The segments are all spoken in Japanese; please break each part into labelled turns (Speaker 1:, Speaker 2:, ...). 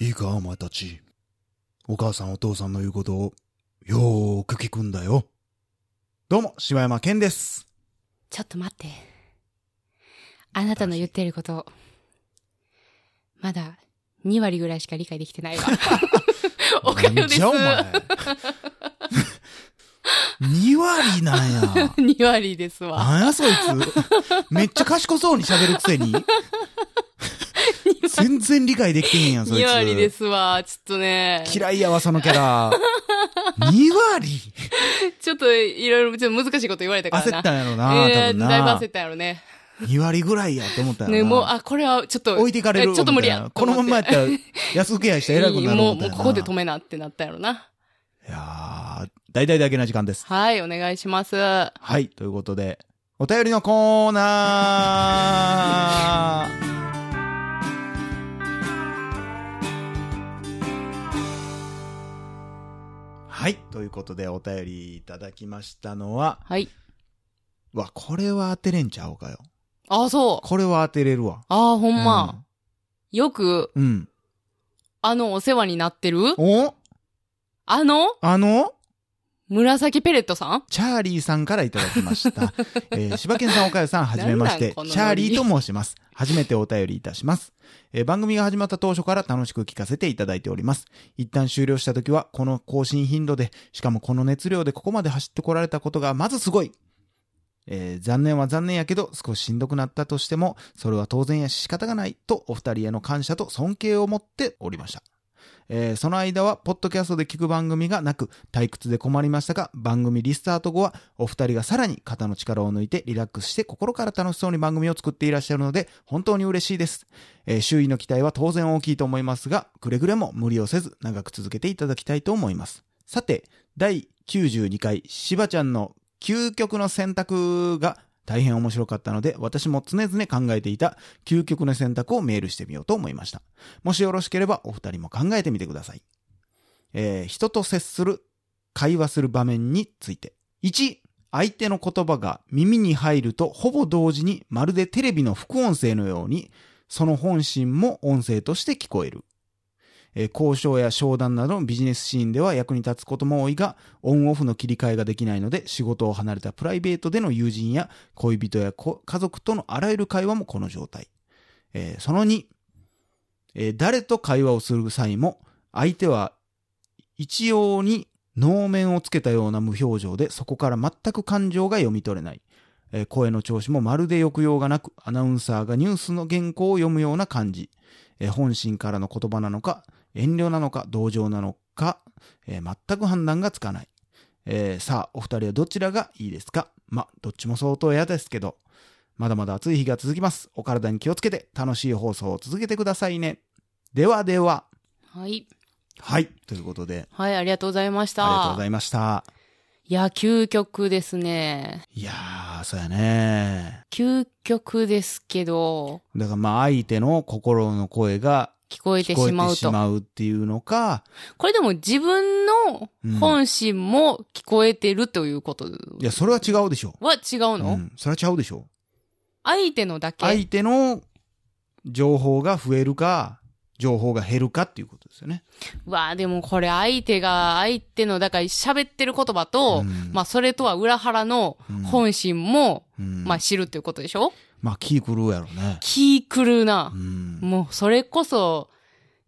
Speaker 1: いいか、お前たち。お母さんお父さんの言うことを、よーく聞くんだよ。どうも、柴山健です。
Speaker 2: ちょっと待って。あなたの言ってること、まだ2割ぐらいしか理解できてないわ。おかよで す。
Speaker 1: なんじゃお前。2割 なんや。
Speaker 2: 2割ですわ。
Speaker 1: なんやそいつ。めっちゃ賢そうに喋るくせに。 全然理解できてへんやん、そいつ。
Speaker 2: 2割ですわ。ちょっとね、
Speaker 1: 嫌いやわ、そのキャラ。2割
Speaker 2: ちょっといろいろちょっと難しいこと言われたからな。
Speaker 1: 焦ったんやろな、多
Speaker 2: えー
Speaker 1: 分
Speaker 2: だいぶ
Speaker 1: な
Speaker 2: 焦っ。たんやろね。
Speaker 1: 2割ぐらいやって思ったんや
Speaker 2: ね、
Speaker 1: ろな。
Speaker 2: もう、あ、これはちょっと。
Speaker 1: 置いていかれる
Speaker 2: えちょっと無理や。
Speaker 1: このまんまやった ら、安請け合いしたら偉くなる
Speaker 2: もう、
Speaker 1: み
Speaker 2: も
Speaker 1: たいうな。
Speaker 2: ここで止めなってなったやろな。
Speaker 1: いやー、大々だけな時間です。
Speaker 2: はい、お願いします。は
Speaker 1: はい、ということで、お便りのコーナーはい、ということでお便りいただきましたのは、
Speaker 2: い。
Speaker 1: うわ、これは当てれんちゃうかよ。
Speaker 2: あ、そう。
Speaker 1: これは当てれるわ。
Speaker 2: あ、ほんま。よく、
Speaker 1: うん。
Speaker 2: あの、お世話になってる
Speaker 1: うん。お
Speaker 2: あの
Speaker 1: あの
Speaker 2: 紫ペレットさん
Speaker 1: チャーリーさんからいただきま した。えー、柴犬さん、岡谷さん、はじめまし
Speaker 2: なんな
Speaker 1: て、
Speaker 2: んこのノリ
Speaker 1: チャーリーと申します。初めてお便りいたします。えー番組が始まった当初から楽しく聞かせていただいております。一旦終了した時は、この更新頻度で、しかもこの熱量でここまで走ってこられたことがまずすごい。えー残念は残念やけど、少ししんどくなったとしても、それは当然やし仕方がないと、お二人への感謝と尊敬を持っておりました。えーその間は、ポッドキャストで聞く番組がなく、退屈で困りましたが、番組リスタート後は、お二人がさらに肩の力を抜いてリラックスして心から楽しそうに番組を作っていらっしゃるので、本当に嬉しいです。えー周囲の期待は当然大きいと思いますが、くれぐれも無理をせず、長く続けていただきたいと思います。さて、第92回、しばちゃんの究極の選択が大変面白かったので、私も常々考えていた究極の選択をメールしてみようと思いました。もしよろしければお二人も考えてみてください。えー人と接する、会話する場面について。1、相手の言葉が耳に入るとほぼ同時にまるでテレビの副音声のように、その本心も音声として聞こえる。えー交渉や商談などのビジネスシーンでは役に立つことも多いが、オンオフの切り替えができないので、仕事を離れたプライベートでの友人や恋人やこ家族とのあらゆる会話もこの状態。えーその2、えー誰と会話をする際も、相手は一様に能面をつけたような無表情で、そこから全く感情が読み取れない。えー声の調子もまるで抑揚がなく、アナウンサーがニュースの原稿を読むような感じ。えー本心からの言葉なのか、遠慮なのか、同情なのか、えー全く判断がつかない。えーさあ、お二人はどちらがいいですかま、どっちも相当嫌ですけど。まだまだ暑い日が続きます。お体に気をつけて、楽しい放送を続けてくださいね。ではでは。
Speaker 2: はい。
Speaker 1: はい。ということで、
Speaker 2: はい、ありがとうございまし
Speaker 1: あ
Speaker 2: た。
Speaker 1: りがとうございました。
Speaker 2: いや、究極ですね。
Speaker 1: いやー、そうやね。
Speaker 2: 究極ですけど、
Speaker 1: だからまあ、相手の心の声が
Speaker 2: 聞こえ
Speaker 1: 聞
Speaker 2: て
Speaker 1: こ
Speaker 2: し
Speaker 1: え
Speaker 2: ま
Speaker 1: て
Speaker 2: う
Speaker 1: し
Speaker 2: と。
Speaker 1: まうっていうのか、
Speaker 2: これでも自分の本心も聞こえてるということ
Speaker 1: いや、それは違うでしょ。
Speaker 2: は違う
Speaker 1: う
Speaker 2: の、
Speaker 1: ん、それは違うでしょ。
Speaker 2: 相手のだけ。
Speaker 1: 相手の情報が増えるか、情報が減るかっていうことですよね。
Speaker 2: わあ、でもこれ相手が、相手の、だから喋ってる言葉
Speaker 1: う
Speaker 2: と、
Speaker 1: ん
Speaker 2: まあそれとは裏腹の本心も、
Speaker 1: うん、
Speaker 2: ま
Speaker 1: ま
Speaker 2: あ知るっていうことでしょ
Speaker 1: あ、キークルーやろうね。
Speaker 2: 気狂うな。
Speaker 1: うん。
Speaker 2: もう、それこそ、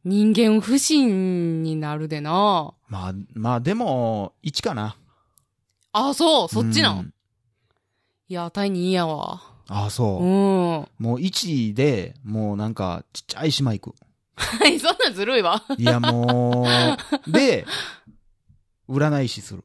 Speaker 2: 人間不信になるでな。
Speaker 1: まあ、まあ、でも、1かな。
Speaker 2: あ、そう、そっちな。
Speaker 1: うんん
Speaker 2: いや、第2位やわ。
Speaker 1: ああ、
Speaker 2: う
Speaker 1: そう。
Speaker 2: ん。は
Speaker 1: もう1で、もうなんか、ちっちゃい島行く。
Speaker 2: い、そんなんずるいわ。
Speaker 1: いや、もう、で、占い師する。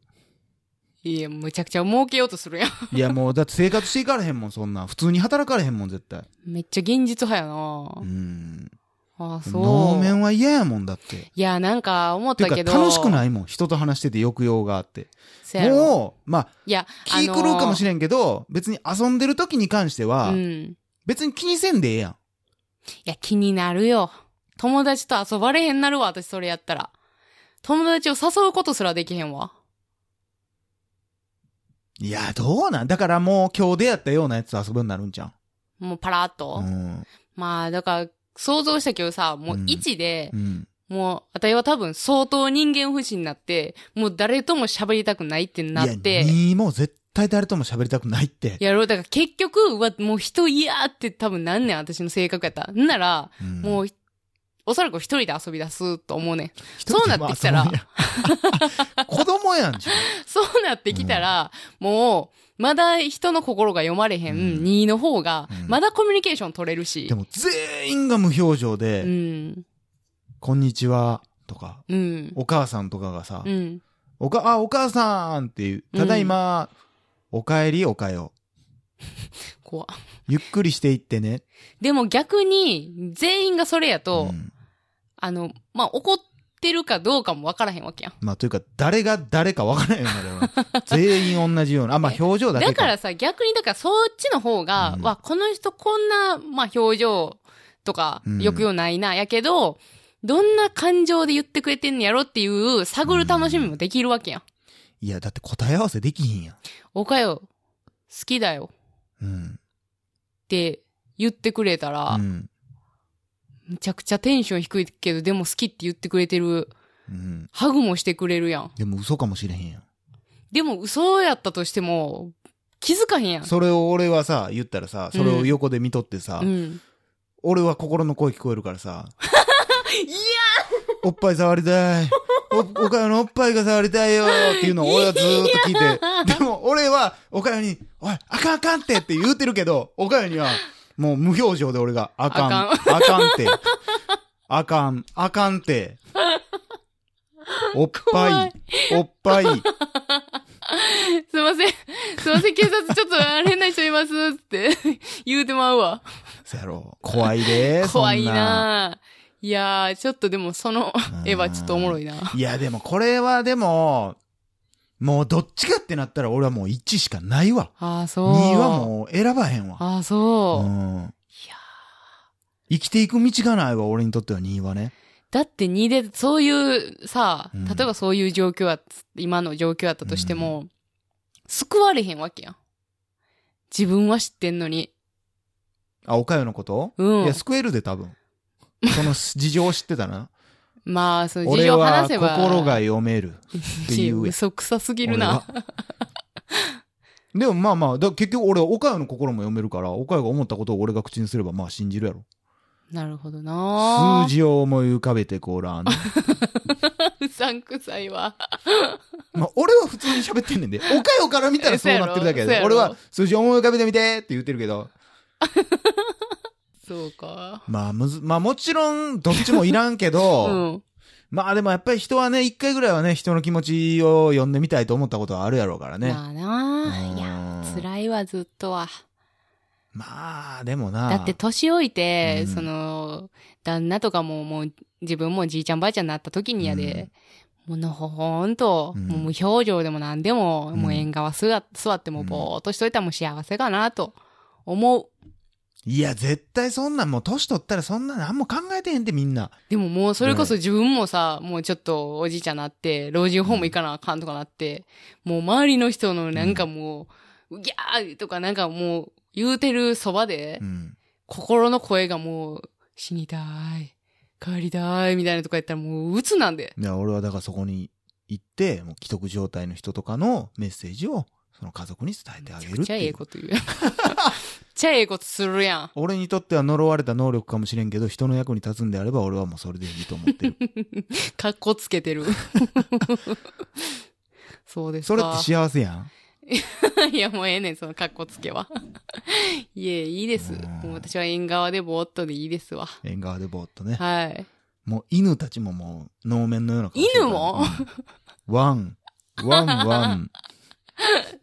Speaker 2: いや、むちゃくちゃ儲けようとするやん。
Speaker 1: いや、もう、だって生活していかれへんもん、そんなん。普通に働かれへんもん、絶対。
Speaker 2: めっちゃ現実派やな
Speaker 1: う。ん。
Speaker 2: あ、そう。
Speaker 1: 能面は嫌やもんだって。
Speaker 2: いや、なんか思ってた
Speaker 1: いう
Speaker 2: け
Speaker 1: か、
Speaker 2: ど。
Speaker 1: 楽しくないいもん。人と話してて抑揚があって。
Speaker 2: せやろ。
Speaker 1: もう、まあ、
Speaker 2: いや、
Speaker 1: 気狂うかもし
Speaker 2: れ
Speaker 1: れんけど、別に遊んでる時に関しては、
Speaker 2: うん。
Speaker 1: 別に気にせんでええやん。
Speaker 2: いや、気になるよ。友達と遊ばれへんなるわ、私それやったら。友達を誘うことすらできへんわ。
Speaker 1: いや、どうなんだからもう今日出会ったようなやつと遊ぶようになるんじゃん。
Speaker 2: もうパラーっと。
Speaker 1: うん。
Speaker 2: まあ、だから、想像したけどさ、もう1で
Speaker 1: う、ん。
Speaker 2: もう、あたいは多分相当人間不信になって、もう誰とも喋りたくないってなっ
Speaker 1: いや、
Speaker 2: て、
Speaker 1: 2も絶対誰とも喋りたくないって。
Speaker 2: やろう。だから結局、うわ、もう人嫌って多分なんねん、私の性格やった。んなら、
Speaker 1: うん
Speaker 2: もう、おそらく一人で遊び出すと思うねん。 そうなってきたら
Speaker 1: まあそうや 子供やんじゃん。
Speaker 2: そうなってきたら、もう、まだ人の心が読まれへん
Speaker 1: うん
Speaker 2: 2の方が
Speaker 1: うん、
Speaker 2: まだコミュニケーション取れるし。
Speaker 1: でも全員が無表情で、
Speaker 2: うん。
Speaker 1: こんにちはとか、
Speaker 2: うん。
Speaker 1: お母さんとかがさ、
Speaker 2: うん。
Speaker 1: おか、あ、お母さんっていう、ただいま、おかえりおかよ。
Speaker 2: 怖
Speaker 1: ゆっくりしていってね。
Speaker 2: でも逆に、全員がそれやと、
Speaker 1: ん
Speaker 2: あの、まあ、怒ってるかどうかもわからへんわけやん。
Speaker 1: まあ、というか、誰が誰かわからないようになるよ な全員同じような。あ、まあ、表情だけ
Speaker 2: だ
Speaker 1: か。
Speaker 2: からさ、逆に、だからそっちの方が、
Speaker 1: うん
Speaker 2: わ、この人こんな、まあ、表情とか
Speaker 1: うん、
Speaker 2: 抑揚ないな、やけど、どんな感情で言ってくれてんのやろっていう、探る楽しみもできるわけやん。
Speaker 1: いや、だって答え合わせできひんやん。
Speaker 2: おかよ、好きだよ
Speaker 1: うん。
Speaker 2: って言ってくれたら、
Speaker 1: うん。
Speaker 2: むちゃくちゃテンション低いけど、でも好きって言ってくれてる。
Speaker 1: うん。
Speaker 2: ハグもしてくれるやん。
Speaker 1: でも嘘かもしれへんやん。
Speaker 2: でも嘘やったとしても、気づかへんやん。
Speaker 1: それを俺はさ、言ったらさ、それを横で見とってさ、
Speaker 2: うん。
Speaker 1: 俺は心の声聞こえるからさ、
Speaker 2: いや
Speaker 1: おっぱい触りたい。お、おかよのおっぱいが触りたいよっていうのを俺はずーっと聞いて。でも俺は、おかよに、おい、あかんあかんってって言うてるけど、おかよには、もう無表情で俺が、あかん、あ
Speaker 2: あ
Speaker 1: かんって。あかん、あかんって。おっぱい、おっぱい。
Speaker 2: すいません。すいません、警察ちょっと変な人いますって 言うてまうわ。
Speaker 1: そやろ。怖いで、そん
Speaker 2: 怖いなぁ。いやー、ちょっとでもその
Speaker 1: うん
Speaker 2: 絵はちょっとおもろいな。
Speaker 1: いや、でもこれはでも、もうどっちかってなったら俺はもう1しかないわ。
Speaker 2: あー、
Speaker 1: 2
Speaker 2: そう。
Speaker 1: はもう選ばへんわ。
Speaker 2: あー、そうう。い
Speaker 1: ん。
Speaker 2: や
Speaker 1: 生きていく道がないわ、俺にとっては2はね。
Speaker 2: ーだって2で、そういうさ、
Speaker 1: うん
Speaker 2: 例えばそういう状況やっ、今の状況やったとしても、救われへんわけやん。自分は知ってんのに。
Speaker 1: あ、おかよのこと、
Speaker 2: うん
Speaker 1: いや、救えるで、多分。その事情を知ってたな。
Speaker 2: まあ、その 事
Speaker 1: 俺
Speaker 2: 情を
Speaker 1: は
Speaker 2: 話せば。
Speaker 1: 心が読める。っていうや
Speaker 2: 嘘臭すぎるな。
Speaker 1: 俺は。でもまあまあ、だ結局俺はおかよの心も読めるから、おかよが思ったことを俺が口にすればまあ信じるやろ。
Speaker 2: なるほどな
Speaker 1: 数字を思い浮かべてごらん。
Speaker 2: うさんくさいわ。
Speaker 1: まあ、俺は普通に喋ってん ねんで。おかよから見たらそうなってるだけや
Speaker 2: そうや
Speaker 1: で。俺
Speaker 2: ろ
Speaker 1: は数字思い浮かべてみてって言ってるけど。
Speaker 2: そうか。
Speaker 1: まあむず、まあもちろん、どっちもいらんけど、
Speaker 2: うん。
Speaker 1: まあでもやっぱり人はね、一回ぐらいはね、人の気持ちを読んでみたいと思ったことはあるやろうからね。
Speaker 2: まあな
Speaker 1: うん
Speaker 2: いや、辛いわ、ずっとは。
Speaker 1: まあ、でもな。
Speaker 2: だって、年老いて、
Speaker 1: うん
Speaker 2: その、旦那とかももう、自分もじいちゃんばあちゃんになった時にやで、もうのほほんと、
Speaker 1: うん
Speaker 2: もう無表情でも何でも、
Speaker 1: うん
Speaker 2: もう縁側座座ってもぼーっとしといたらもう幸せかなと思う。
Speaker 1: いや、絶対そんなんもう年取ったらそんな何も考えてへんでみんな。
Speaker 2: でももうそれこそ自分もさ、もうちょっとおじいちゃんなって、老人ホーム行かなあかんとかなって、もう周りの人のなんかもう、うぎゃーとかなんかもう言うてるそばで、
Speaker 1: うん。
Speaker 2: 心の声がもう、死にたい、帰りたいみたいなとか言ったらもう鬱なんで。
Speaker 1: いや、俺はだからそこに行って、もう既得状態の人とかのメッセージを、その家族に伝えてあげ
Speaker 2: め
Speaker 1: る
Speaker 2: っ
Speaker 1: っ
Speaker 2: ちゃ
Speaker 1: て
Speaker 2: え
Speaker 1: い
Speaker 2: え
Speaker 1: う。
Speaker 2: こと言うやん。めっちゃええことするやん。
Speaker 1: 俺にとっては呪われた能力かもしれんけど、人の役に立つんであれば俺はもうそれでいいと思ってる。
Speaker 2: かっこつけてる。 そうです
Speaker 1: そ
Speaker 2: か。
Speaker 1: れって幸せやん。
Speaker 2: いや、もうええねん、その格好つけは。いえ、いいです。
Speaker 1: うん
Speaker 2: もう私は縁側でぼーっとでいいですわ。
Speaker 1: 縁側でぼーっとね。
Speaker 2: はい。
Speaker 1: もう犬たちももう、能面のような顔してる
Speaker 2: 犬
Speaker 1: から
Speaker 2: も、
Speaker 1: うんワン、ワン、ワン。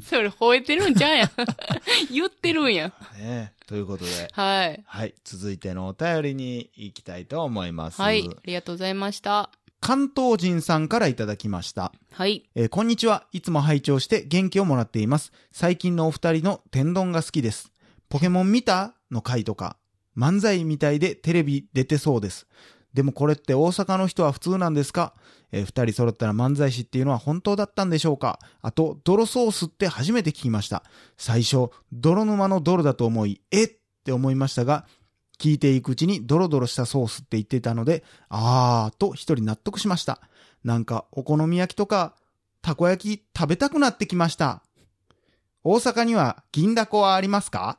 Speaker 2: それ吠えてるんちゃうやん。 言ってるんやん。
Speaker 1: ねということで、
Speaker 2: はい。
Speaker 1: はい、続いてのお便りに行きたいと思います。
Speaker 2: はい。ありがとうございました。
Speaker 1: 関東人さんからいただきました。
Speaker 2: はい。
Speaker 1: えーこんにちは。いつも拝聴して元気をもらっています。最近のお二人の天丼が好きです。ポケモン見たの回とか、漫才みたいでテレビ出てそうです。でもこれって大阪の人は普通なんですかえー二人揃ったら漫才師っていうのは本当だったんでしょうかあと、泥ソースって初めて聞きました。最初、泥沼の泥だと思い、えっっって思いましたが、聞いていくうちにドロドロしたソースって言ってたので、あーと一人納得しました。なんかお好み焼きとかたこ焼き食べたくなってきました。大阪には銀だこはありますか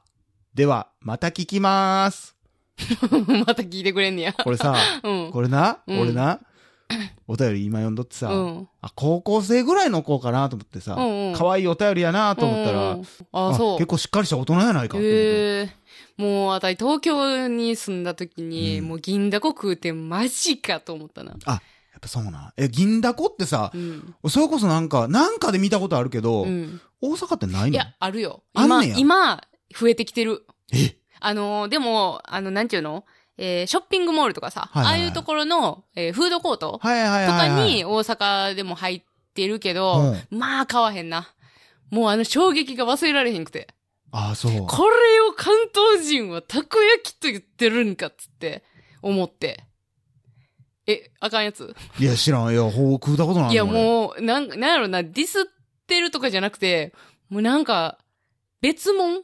Speaker 1: では、また聞きまーす。
Speaker 2: また聞いてくれんねや。
Speaker 1: これ さ、
Speaker 2: うん。
Speaker 1: これな、
Speaker 2: うん
Speaker 1: 俺な、お便り今読んどってさ、
Speaker 2: うん。
Speaker 1: あ、高校生ぐらいの子かなと思ってさ、可
Speaker 2: うん
Speaker 1: 愛
Speaker 2: うん
Speaker 1: いお便りやなと思ったら、
Speaker 2: うん、あ、そう。
Speaker 1: 結構しっかりした大人やないかって思って。
Speaker 2: へえもう、あたり東京に住んだ時に、
Speaker 1: うん
Speaker 2: もう銀だこ食うてマジかと思ったな。
Speaker 1: やっぱそうなん。え、銀だこってさ
Speaker 2: う、ん。
Speaker 1: それこそなんか、なんかで見たことあるけど、
Speaker 2: うん。
Speaker 1: 大阪ってない
Speaker 2: い
Speaker 1: の
Speaker 2: や、あるよ。
Speaker 1: あん
Speaker 2: 今、
Speaker 1: ねや
Speaker 2: 今、増えてきてる。
Speaker 1: え
Speaker 2: あのーでも、あの、なんていうのえーショッピングモールとかさ、
Speaker 1: はいはいはい
Speaker 2: ああいうところの、えーフードコート
Speaker 1: はいはい
Speaker 2: と
Speaker 1: は
Speaker 2: か
Speaker 1: い、はい。
Speaker 2: に大阪でも入ってるけど、
Speaker 1: うん
Speaker 2: まあ、買わへんな。もうあの衝撃が忘れられへんくて。
Speaker 1: ああ、そう。
Speaker 2: これを関東人はたこ焼きと言ってるんかっつって思って。え、あかんやつ
Speaker 1: いや、知らん。いや、ほう食うたことないの
Speaker 2: いや
Speaker 1: 俺
Speaker 2: もう、なん、なんやろな、ディスってるとかじゃなくて、もうなんか、別物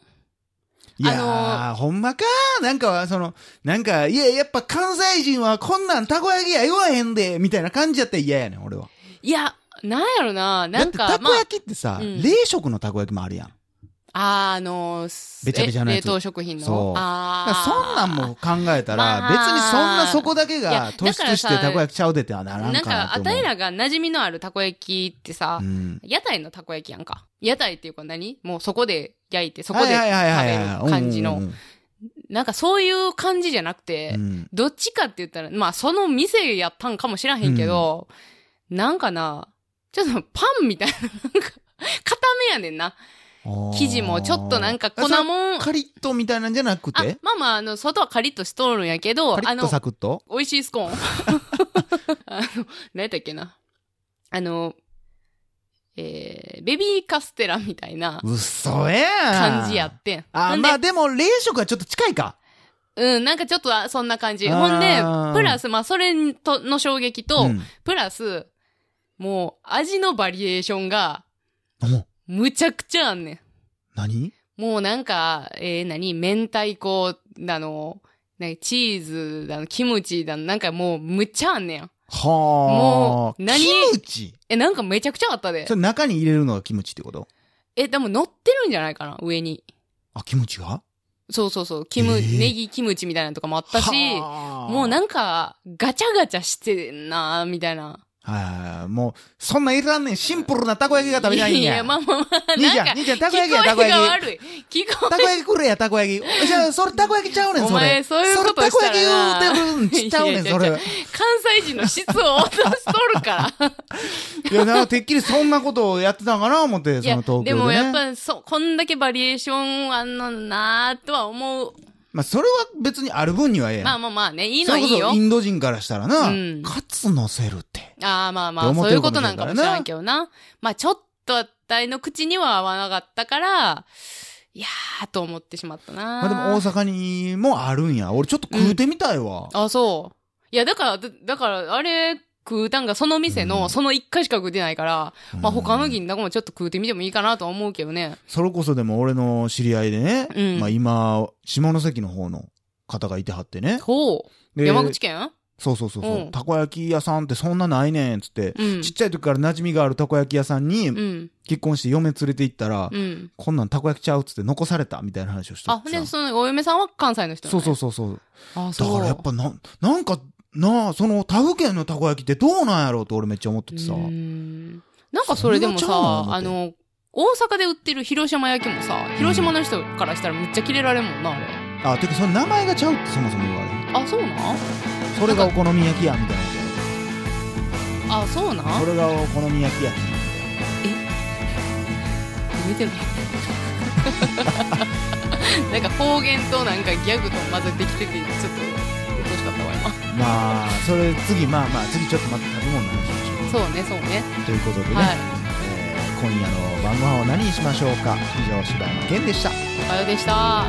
Speaker 1: いやー、
Speaker 2: あ
Speaker 1: ほんまかなんか、その、なんか、いや、やっぱ関西人はこんなんたこ焼きや言わへんで、みたいな感じやったら嫌やねん、俺は。
Speaker 2: いや、なんやろ
Speaker 1: だ
Speaker 2: な、な
Speaker 1: っ
Speaker 2: ん
Speaker 1: て
Speaker 2: か、
Speaker 1: た
Speaker 2: ま
Speaker 1: こ焼きってさ、
Speaker 2: うん
Speaker 1: 冷食のたこ焼きもあるやん。
Speaker 2: あ、あーのー、
Speaker 1: べちゃべちゃのやつ
Speaker 2: え冷凍食品の。
Speaker 1: そうだから
Speaker 2: あ
Speaker 1: そんなん
Speaker 2: も
Speaker 1: も考えたら、
Speaker 2: まあ
Speaker 1: 別にそんなそこだけ
Speaker 2: いや
Speaker 1: が突出して
Speaker 2: だからさ
Speaker 1: たこ焼きちゃうでってはならん
Speaker 2: なん
Speaker 1: かな
Speaker 2: か、
Speaker 1: と
Speaker 2: あ
Speaker 1: 思う。
Speaker 2: たいらが馴染みのあるたこ焼きってさ、
Speaker 1: うん。
Speaker 2: 屋台のたこ焼きやんか。屋台っていうか何もうそこで焼いて、そこで食
Speaker 1: はいはいはい
Speaker 2: べ
Speaker 1: はいはい
Speaker 2: る感じ
Speaker 1: うんう
Speaker 2: の。
Speaker 1: ん
Speaker 2: なんかそういう感じじゃなくて、
Speaker 1: うん
Speaker 2: どっちかって言ったら、まあその店やったんかもしらへんけど、なんかな、ちょっとパンみたいな、なんか、固めやねんな。
Speaker 1: うん
Speaker 2: 生地もちょっとなんか粉
Speaker 1: あそれ
Speaker 2: もん。
Speaker 1: カリッとみたいなんじゃなく
Speaker 2: あ
Speaker 1: て、
Speaker 2: まあまあ、あの、外はカリッとしとるんやけど、
Speaker 1: カリ
Speaker 2: あ
Speaker 1: ッと
Speaker 2: の、
Speaker 1: サクッと
Speaker 2: 美味しいスコーン。 あの、何やったっけな。あの、えー、ベビーカステラみたいな
Speaker 1: 嘘やん
Speaker 2: 感じやってん。
Speaker 1: あ
Speaker 2: ほ
Speaker 1: ー、
Speaker 2: んで
Speaker 1: まあでも冷食はちょっと近いか。
Speaker 2: うん、なんかちょっとあそんな感じ。
Speaker 1: あー
Speaker 2: ほんで、プラス、まあ、それとの衝撃と、
Speaker 1: うん
Speaker 2: プラス、もう、味のバリエーションが、
Speaker 1: お
Speaker 2: むちゃくちゃあんね
Speaker 1: 何
Speaker 2: ん。もうなんか、えー、何明太子だの、ね、チーズだの、キムチだの、なんかもう、むっちゃあんねん。
Speaker 1: はあ。
Speaker 2: もう何
Speaker 1: キムチ
Speaker 2: え、なんかめちゃくちゃあったで
Speaker 1: そ。れ中に入れるのがキムチってこと
Speaker 2: え、でも乗ってるんじゃないかな上に。
Speaker 1: あ、キムチが
Speaker 2: そうそうそう。キム、
Speaker 1: えー
Speaker 2: ネギキムチみたいなのとかもあったし、も
Speaker 1: も
Speaker 2: うなんか、ガチャガチャしてんなみたいな。
Speaker 1: はいはいはい。もう、そんなんいらんねん。シンプルなたこ焼きが食べたいんや。
Speaker 2: いや、まあまあまあ、
Speaker 1: 兄ちゃ
Speaker 2: なん
Speaker 1: ん、兄
Speaker 2: か、
Speaker 1: ちゃん、たこ
Speaker 2: 聞
Speaker 1: 焼きや、た
Speaker 2: こ
Speaker 1: こ
Speaker 2: えが
Speaker 1: 焼き。
Speaker 2: 悪い。聞こ
Speaker 1: たこ焼きくれや、たこ焼き。じゃあ、それたこ焼きちゃうねん、それ。
Speaker 2: お前そういうこ
Speaker 1: そ
Speaker 2: と
Speaker 1: れたこ
Speaker 2: した
Speaker 1: 焼き
Speaker 2: らな
Speaker 1: 言うてるんちゃうねん、それ。
Speaker 2: いやいや
Speaker 1: い
Speaker 2: え、関西人の質を落としとるから。
Speaker 1: や、なんか、てっきりそんなことをやってたんかな、思って、
Speaker 2: い
Speaker 1: そ
Speaker 2: や、
Speaker 1: の東京で、ね。
Speaker 2: でもやっぱ、そう、こんだけバリエーションあんのなーとは思う。
Speaker 1: まあ、それは別にある分にはええやん。
Speaker 2: まあまあまあね、いい
Speaker 1: そ
Speaker 2: の
Speaker 1: れこ
Speaker 2: いい
Speaker 1: そ
Speaker 2: よ
Speaker 1: イ。ンド人からしたらな、
Speaker 2: うん
Speaker 1: カツ乗せるって。
Speaker 2: ああまあま
Speaker 1: って
Speaker 2: あ、
Speaker 1: 思っ
Speaker 2: そう
Speaker 1: て
Speaker 2: い
Speaker 1: る
Speaker 2: う
Speaker 1: か
Speaker 2: こ
Speaker 1: も
Speaker 2: と
Speaker 1: しれ
Speaker 2: なんん
Speaker 1: か
Speaker 2: からも
Speaker 1: な
Speaker 2: しれないけどな。まあちょっとあたいの口には合わなかったから、いやーと思ってしまったな。
Speaker 1: まあでも大阪にもあるんや。俺ちょっと食うてみたいわ。
Speaker 2: あ、そう。いや、だから、だだから、あれ、食うたんが、その店
Speaker 1: うん
Speaker 2: の、その一回しか食うてないから、まあ
Speaker 1: うん
Speaker 2: 他の銀だこもちょっと食うてみてもいいかなとは思うけどね。
Speaker 1: それこそでも俺の知り合いでね、
Speaker 2: うん
Speaker 1: まあ今、下関の方の方がいてはってね。
Speaker 2: ほう。
Speaker 1: で
Speaker 2: 山口県
Speaker 1: そうそうそうそう、
Speaker 2: うん
Speaker 1: たこ焼き屋さんってそんなないねんっつって、
Speaker 2: うん
Speaker 1: ちっ。ちゃい時から馴染みがあるたこ焼き屋さんに
Speaker 2: うん。
Speaker 1: 結婚して嫁連れて行ったら、
Speaker 2: うん。
Speaker 1: こんなんたこ焼きちゃうっつって残されたみたいな話をして
Speaker 2: あ、ほんで、
Speaker 1: さ
Speaker 2: その、お嫁さんは関西の人な
Speaker 1: そう
Speaker 2: のね
Speaker 1: そうそうそう。
Speaker 2: あ、
Speaker 1: だ
Speaker 2: そう。
Speaker 1: からやっぱな、なんか、なあ、その他府県のたこ焼きってどうなんやろうと俺めっちゃ思っててさ。
Speaker 2: うーんなんかそれでも
Speaker 1: そんなちゃう
Speaker 2: さ、
Speaker 1: の
Speaker 2: あの、大阪で売ってる広島焼きもさ、広島の人からしたらめっちゃキレられんもんな、あれ。
Speaker 1: あ、てかその名前がちゃうってそもそも言われる。
Speaker 2: あ、そうなん
Speaker 1: それがお好み焼きや、みたいなやつやろ。
Speaker 2: あ、そうな
Speaker 1: そ
Speaker 2: ん
Speaker 1: れがお好み焼きや。
Speaker 2: 見てない なんか方言となんかギャグと混ぜてきててちょっとうっとうしかったわ今
Speaker 1: まあ、それ次、まあまあ、次ちょっとまた食べ物の話をしまし
Speaker 2: そうねそうね
Speaker 1: ょう。ということでね、
Speaker 2: はい
Speaker 1: えー今夜の晩ご飯を何にしましょうか。以上、柴山健でした。
Speaker 2: おかよでした